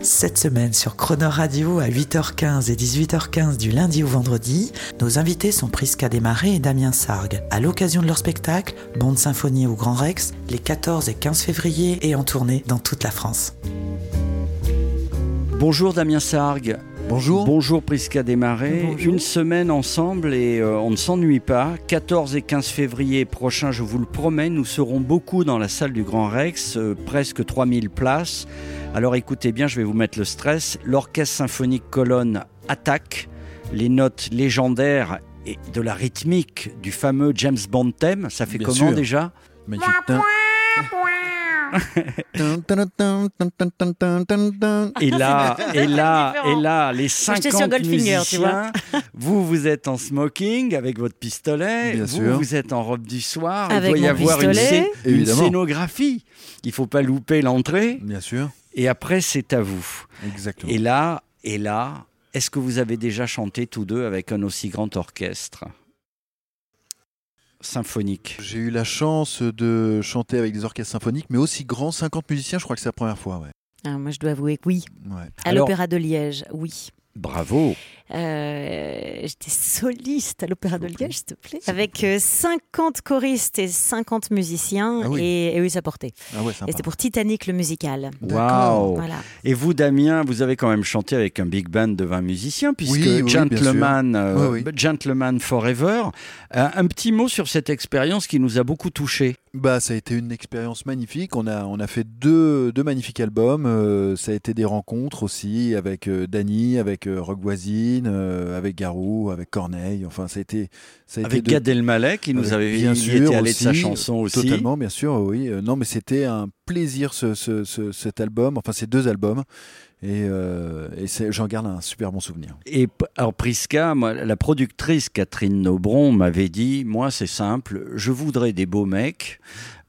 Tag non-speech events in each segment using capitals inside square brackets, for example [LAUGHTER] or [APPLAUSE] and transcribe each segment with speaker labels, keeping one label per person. Speaker 1: Cette semaine sur Chrono Radio à 8h15 et 18h15 du lundi au vendredi, nos invités sont Prisca Desmarais et Damien Sargue. À l'occasion de leur spectacle, Bande Symphonie au Grand Rex, les 14 et 15 février et en tournée dans toute la France.
Speaker 2: Bonjour Damien Sargue.
Speaker 3: Bonjour.
Speaker 2: Bonjour Prisca Desmarais.
Speaker 3: Bonjour.
Speaker 2: Une semaine ensemble et euh, on ne s'ennuie pas. 14 et 15 février prochain, je vous le promets, nous serons beaucoup dans la salle du Grand Rex, euh, presque 3000 places. Alors écoutez bien, je vais vous mettre le stress. L'orchestre symphonique colonne attaque les notes légendaires et de la rythmique du fameux James Bond thème. Ça fait
Speaker 3: Bien
Speaker 2: comment
Speaker 3: sûr.
Speaker 2: déjà
Speaker 3: Magic. [LAUGHS] Tin, tin, tin, tin, tin, tin, tin, tin, tin.
Speaker 2: Et là, et là, et là, les
Speaker 4: j'étais
Speaker 2: 50
Speaker 4: sur Goldfinger,
Speaker 2: musiciens,
Speaker 4: tu vois.
Speaker 2: vous, vous êtes en smoking avec votre pistolet,
Speaker 3: Bien
Speaker 2: vous,
Speaker 3: sûr.
Speaker 2: vous êtes en robe du soir,
Speaker 4: Avec
Speaker 2: il doit y
Speaker 4: mon
Speaker 2: avoir une,
Speaker 4: pistolet.
Speaker 2: scé- une
Speaker 3: Évidemment.
Speaker 2: scénographie. Il faut pas louper l'entrée,
Speaker 3: Bien sûr.
Speaker 2: et après, c'est à vous.
Speaker 3: Exactement.
Speaker 2: Et là, et là, est-ce que vous avez déjà chanté tous deux avec un aussi grand orchestre symphonique
Speaker 3: J'ai eu la chance de chanter avec des orchestres symphoniques, mais aussi grands, 50 musiciens, je crois que c'est la première fois. Ouais.
Speaker 4: Ah, moi, je dois avouer que oui.
Speaker 3: Ouais.
Speaker 4: À
Speaker 2: Alors-
Speaker 4: l'Opéra de Liège, oui.
Speaker 2: Bravo
Speaker 4: Euh, J'étais soliste à l'Opéra de
Speaker 3: S'il vous plaît.
Speaker 4: Liège, s'il te plaît. Avec euh, 50 choristes et 50 musiciens.
Speaker 3: Ah oui.
Speaker 4: Et, et oui, ça portait.
Speaker 3: Ah ouais,
Speaker 4: Et
Speaker 3: sympa.
Speaker 4: c'était pour Titanic, le musical.
Speaker 2: bah. Waouh
Speaker 4: Voilà.
Speaker 2: Et vous, Damien, vous avez quand même chanté avec un big band de 20 musiciens, puisque
Speaker 3: Oui, oui, oui,
Speaker 2: Gentleman, euh,
Speaker 3: Oui, oui.
Speaker 2: Gentleman Forever. Euh, un petit mot sur cette expérience qui nous a beaucoup touchés.
Speaker 3: Bah, ça a été une expérience magnifique. On a, on a fait deux, deux magnifiques albums. Euh, ça a été des rencontres aussi avec euh, Dany, avec euh, Rock Voisine, euh, avec Garou, avec Corneille. Enfin, ça a été. Ça a
Speaker 2: Avec
Speaker 3: été de-
Speaker 2: Gad Elmaleh, qui nous
Speaker 3: Avec-
Speaker 2: avait
Speaker 3: bien
Speaker 2: il
Speaker 3: sûr,
Speaker 2: était allé de sa
Speaker 3: aussi,
Speaker 2: chanson aussi.
Speaker 3: Totalement, bien sûr, oui. Euh, non, mais c'était un plaisir ce, ce- ce- cet album, enfin ces deux albums. Et, euh, et c'est- j'en garde un super bon souvenir.
Speaker 2: Et p- alors Prisca, moi, la productrice Catherine Nobron m'avait dit, moi c'est simple, je voudrais des beaux mecs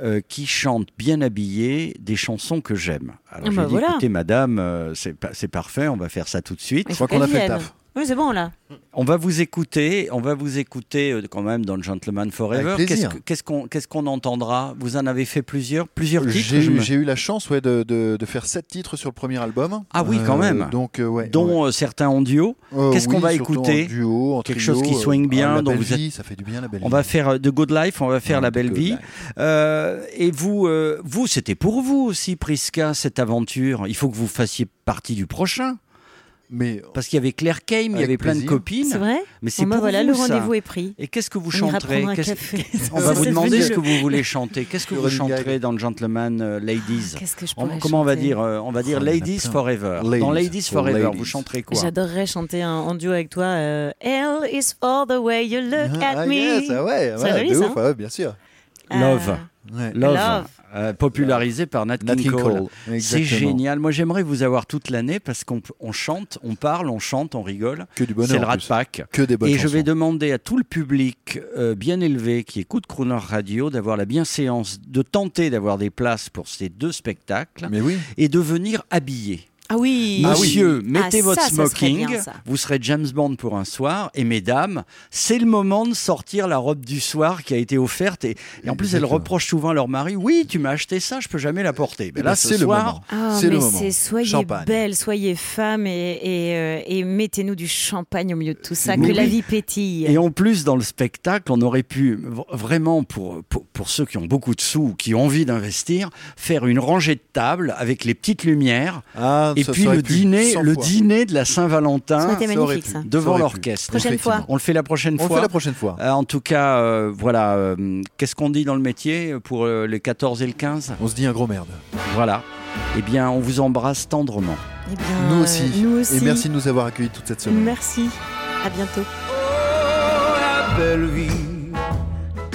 Speaker 2: euh, qui chantent bien habillés des chansons que j'aime. Alors
Speaker 4: Ah
Speaker 2: j'ai
Speaker 4: bah
Speaker 2: dit,
Speaker 4: voilà.
Speaker 2: écoutez madame, euh, c'est pa- c'est parfait, on va faire ça tout de suite.
Speaker 4: Il
Speaker 3: Je
Speaker 4: faut
Speaker 3: crois qu'on a
Speaker 4: qu'elle
Speaker 3: fait le
Speaker 4: vienne.
Speaker 3: taf.
Speaker 4: Oui, c'est bon, là.
Speaker 2: On va vous écouter, on va vous écouter euh, quand même dans le Gentleman Forever.
Speaker 3: Avec
Speaker 2: Qu'est-ce
Speaker 3: plaisir.
Speaker 2: que- qu'est-ce qu'on qu'est-ce qu'on entendra Vous en avez fait plusieurs, plusieurs titres,
Speaker 3: J'ai
Speaker 2: je
Speaker 3: eu,
Speaker 2: me-
Speaker 3: j'ai eu la chance ouais, de, de- de faire sept titres sur le premier album.
Speaker 2: Ah oui, quand même.
Speaker 3: Donc, euh, ouais, ouais.
Speaker 2: dont euh, certains en duo.
Speaker 3: Euh,
Speaker 2: qu'est-ce qu'on va
Speaker 3: surtout
Speaker 2: écouter
Speaker 3: en duo, en
Speaker 2: Quelque
Speaker 3: trio,
Speaker 2: chose qui
Speaker 3: euh,
Speaker 2: swing bien,
Speaker 3: ah, la
Speaker 2: dont
Speaker 3: belle
Speaker 2: vous êtes-
Speaker 3: vie, ça fait du bien la belle
Speaker 2: On
Speaker 3: vie.
Speaker 2: va faire euh, The Good Life, on va faire
Speaker 3: Ah,
Speaker 2: La
Speaker 3: The
Speaker 2: Belle
Speaker 3: Good
Speaker 2: Vie.
Speaker 3: Life.
Speaker 2: Euh, et vous, euh, vous, c'était pour vous aussi, Prisca, cette aventure. Il faut que vous fassiez partie du prochain.
Speaker 3: Mais
Speaker 2: Parce qu'il y avait Claire Kame, il y
Speaker 3: Avec
Speaker 2: avait plein de
Speaker 3: plaisir.
Speaker 4: C'est
Speaker 2: copines.
Speaker 4: vrai
Speaker 2: Mais c'est
Speaker 4: Bon, bah
Speaker 2: pour
Speaker 4: voilà,
Speaker 2: vous,
Speaker 4: le
Speaker 2: ça.
Speaker 4: rendez-vous est pris.
Speaker 2: Et qu'est-ce que vous
Speaker 4: On ira
Speaker 2: chanterez
Speaker 4: prendre un
Speaker 2: Qu'est-ce-
Speaker 4: café. [LAUGHS]
Speaker 2: On va vous
Speaker 4: C'est
Speaker 2: demander
Speaker 4: devenu
Speaker 2: ce que
Speaker 4: le-
Speaker 2: vous voulez chanter. Qu'est-ce que vous
Speaker 3: Running
Speaker 2: chanterez
Speaker 3: gag.
Speaker 2: dans Gentleman euh, Ladies
Speaker 4: Qu'est-ce que je
Speaker 2: On-
Speaker 4: pourrais
Speaker 2: Comment on va
Speaker 4: chanter
Speaker 2: dire euh, On va dire
Speaker 3: Oh, il y en a
Speaker 2: Ladies
Speaker 3: plein.
Speaker 2: Forever. Dans
Speaker 3: Ladies,
Speaker 2: Ladies
Speaker 3: for
Speaker 2: Forever,
Speaker 3: ladies.
Speaker 2: vous chanterez quoi
Speaker 4: J'adorerais chanter un, en duo avec toi. euh, L is all the way you look at
Speaker 3: ah,
Speaker 4: me.
Speaker 3: yes, ah ouais,
Speaker 4: C'est
Speaker 3: ouais,
Speaker 4: joli,
Speaker 3: de
Speaker 4: ça,
Speaker 3: ouf, ah ouais, bien sûr.
Speaker 4: Euh,
Speaker 2: Love.
Speaker 3: Ouais.
Speaker 2: Love,
Speaker 4: Love.
Speaker 2: euh, popularisé par Nat
Speaker 3: Nat
Speaker 2: King,
Speaker 3: King
Speaker 2: Cole.
Speaker 3: Cole.
Speaker 2: C'est
Speaker 3: Exactement.
Speaker 2: génial. Moi, j'aimerais vous avoir toute l'année parce qu'on on chante, on parle, on chante, on rigole.
Speaker 3: Que du bonheur.
Speaker 2: C'est le
Speaker 3: en
Speaker 2: Rat
Speaker 3: plus.
Speaker 2: Pack.
Speaker 3: Que des bonnes
Speaker 2: Et je
Speaker 3: chansons.
Speaker 2: vais demander à tout le public euh, bien élevé qui écoute Crooner Radio d'avoir la bienséance de tenter d'avoir des places pour ces deux spectacles
Speaker 3: Mais oui.
Speaker 2: et de venir habillé.
Speaker 4: Ah oui.
Speaker 2: Monsieur,
Speaker 4: Ah,
Speaker 2: mettez
Speaker 4: ça,
Speaker 2: votre
Speaker 4: ça serait
Speaker 2: smoking,
Speaker 4: bien, ça.
Speaker 2: vous serez James Bond pour un soir, et mesdames, c'est le moment de sortir la robe du soir qui a été offerte, et, et en plus elles
Speaker 3: Exactement.
Speaker 2: reprochent souvent à leur mari, oui, tu m'as acheté ça, je peux jamais la porter. Mais
Speaker 3: Eh
Speaker 2: là,
Speaker 3: ben,
Speaker 2: ce
Speaker 3: c'est le
Speaker 2: soir,
Speaker 3: moment.
Speaker 4: Ah,
Speaker 3: C'est le
Speaker 4: mais
Speaker 3: moment.
Speaker 4: c'est soyez
Speaker 3: Champagne.
Speaker 4: belle, soyez femme et, et, euh, et mettez-nous du champagne au milieu de tout ça,
Speaker 2: Oui,
Speaker 4: que la
Speaker 2: oui.
Speaker 4: vie pétille.
Speaker 2: et en plus dans le spectacle, on aurait pu v- vraiment, pour, pour, pour ceux qui ont beaucoup de sous, ou qui ont envie d'investir, faire une rangée de tables avec les petites lumières,
Speaker 3: Ah,
Speaker 2: et
Speaker 3: ça
Speaker 2: puis
Speaker 3: serait
Speaker 2: le
Speaker 3: pu
Speaker 2: dîner,
Speaker 3: 100
Speaker 2: le
Speaker 3: fois.
Speaker 2: dîner de la
Speaker 4: Ça aurait
Speaker 2: Saint-Valentin
Speaker 4: été
Speaker 3: ça aurait
Speaker 4: magnifique
Speaker 3: pu.
Speaker 4: ça.
Speaker 2: devant
Speaker 3: aurait pu.
Speaker 2: l'orchestre.
Speaker 4: Prochaine fois.
Speaker 3: Effectivement.
Speaker 2: On le fait la prochaine
Speaker 3: On le
Speaker 2: fois.
Speaker 3: fait la prochaine fois.
Speaker 2: Euh, en tout cas, euh, voilà, euh, qu'est-ce qu'on dit dans le métier pour euh, les 14 et le 15
Speaker 3: On se dit un gros merde.
Speaker 2: Voilà. Eh bien, on vous embrasse tendrement.
Speaker 4: Eh bien,
Speaker 3: Nous
Speaker 4: euh,
Speaker 3: aussi.
Speaker 4: Nous aussi.
Speaker 3: Et merci de nous avoir accueillis toute cette semaine.
Speaker 4: Merci. À bientôt.
Speaker 5: belle vie,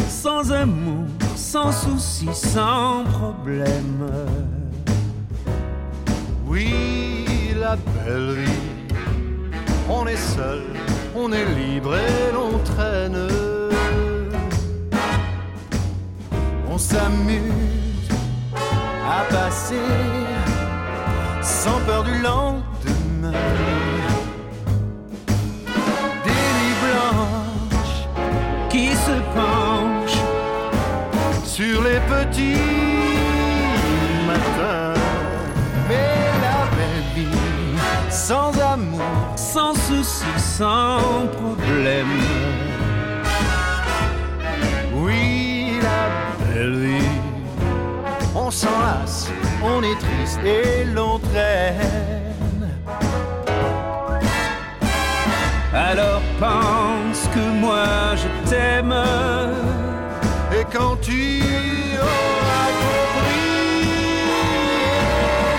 Speaker 5: sans un mot, sans souci, sans problème. Oui, la belle vie, on est seul,
Speaker 3: on est libre et l'on traîne. On s'amuse à passer sans peur du lendemain.
Speaker 6: Des nuits blanches qui se penchent
Speaker 3: sur les petits matins. Mais la belle vie, sans amour,
Speaker 6: sans souci, sans problème.
Speaker 3: oui, la belle vie, on s'enlace, on est triste et l'on traîne.
Speaker 6: Alors pense que moi je t'aime.
Speaker 3: Et quand tu auras compris,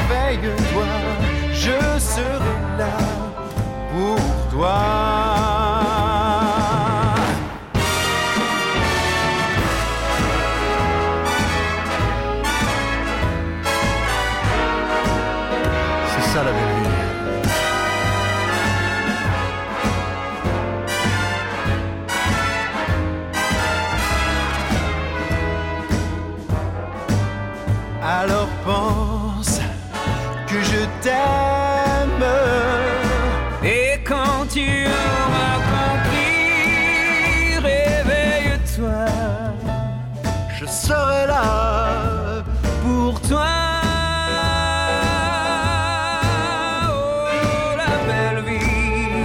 Speaker 3: éveille-toi, je serai là pour toi. C'est ça la belle vie. Alors pense que je t'aime.
Speaker 6: Et quand tu auras compris, réveille-toi.
Speaker 3: Je serai là pour
Speaker 6: Pour toi, oh la belle vie.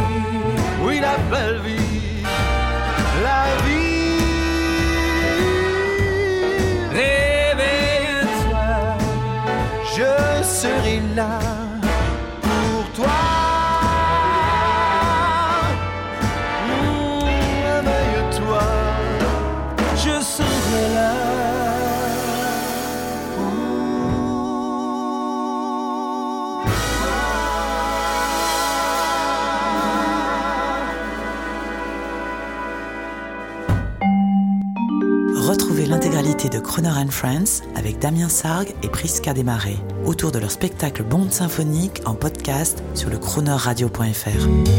Speaker 3: oui la belle vie, la vie.
Speaker 6: Réveille-toi.
Speaker 3: Je serai là pour toi. Mmh, Réveille-toi,
Speaker 6: Je serai là
Speaker 1: Retrouvez l'intégralité de Croner and Friends avec Damien Sargue et Prisca Desmarais autour de leur spectacle Bande symphonique en podcast sur le chroneurradio.fr.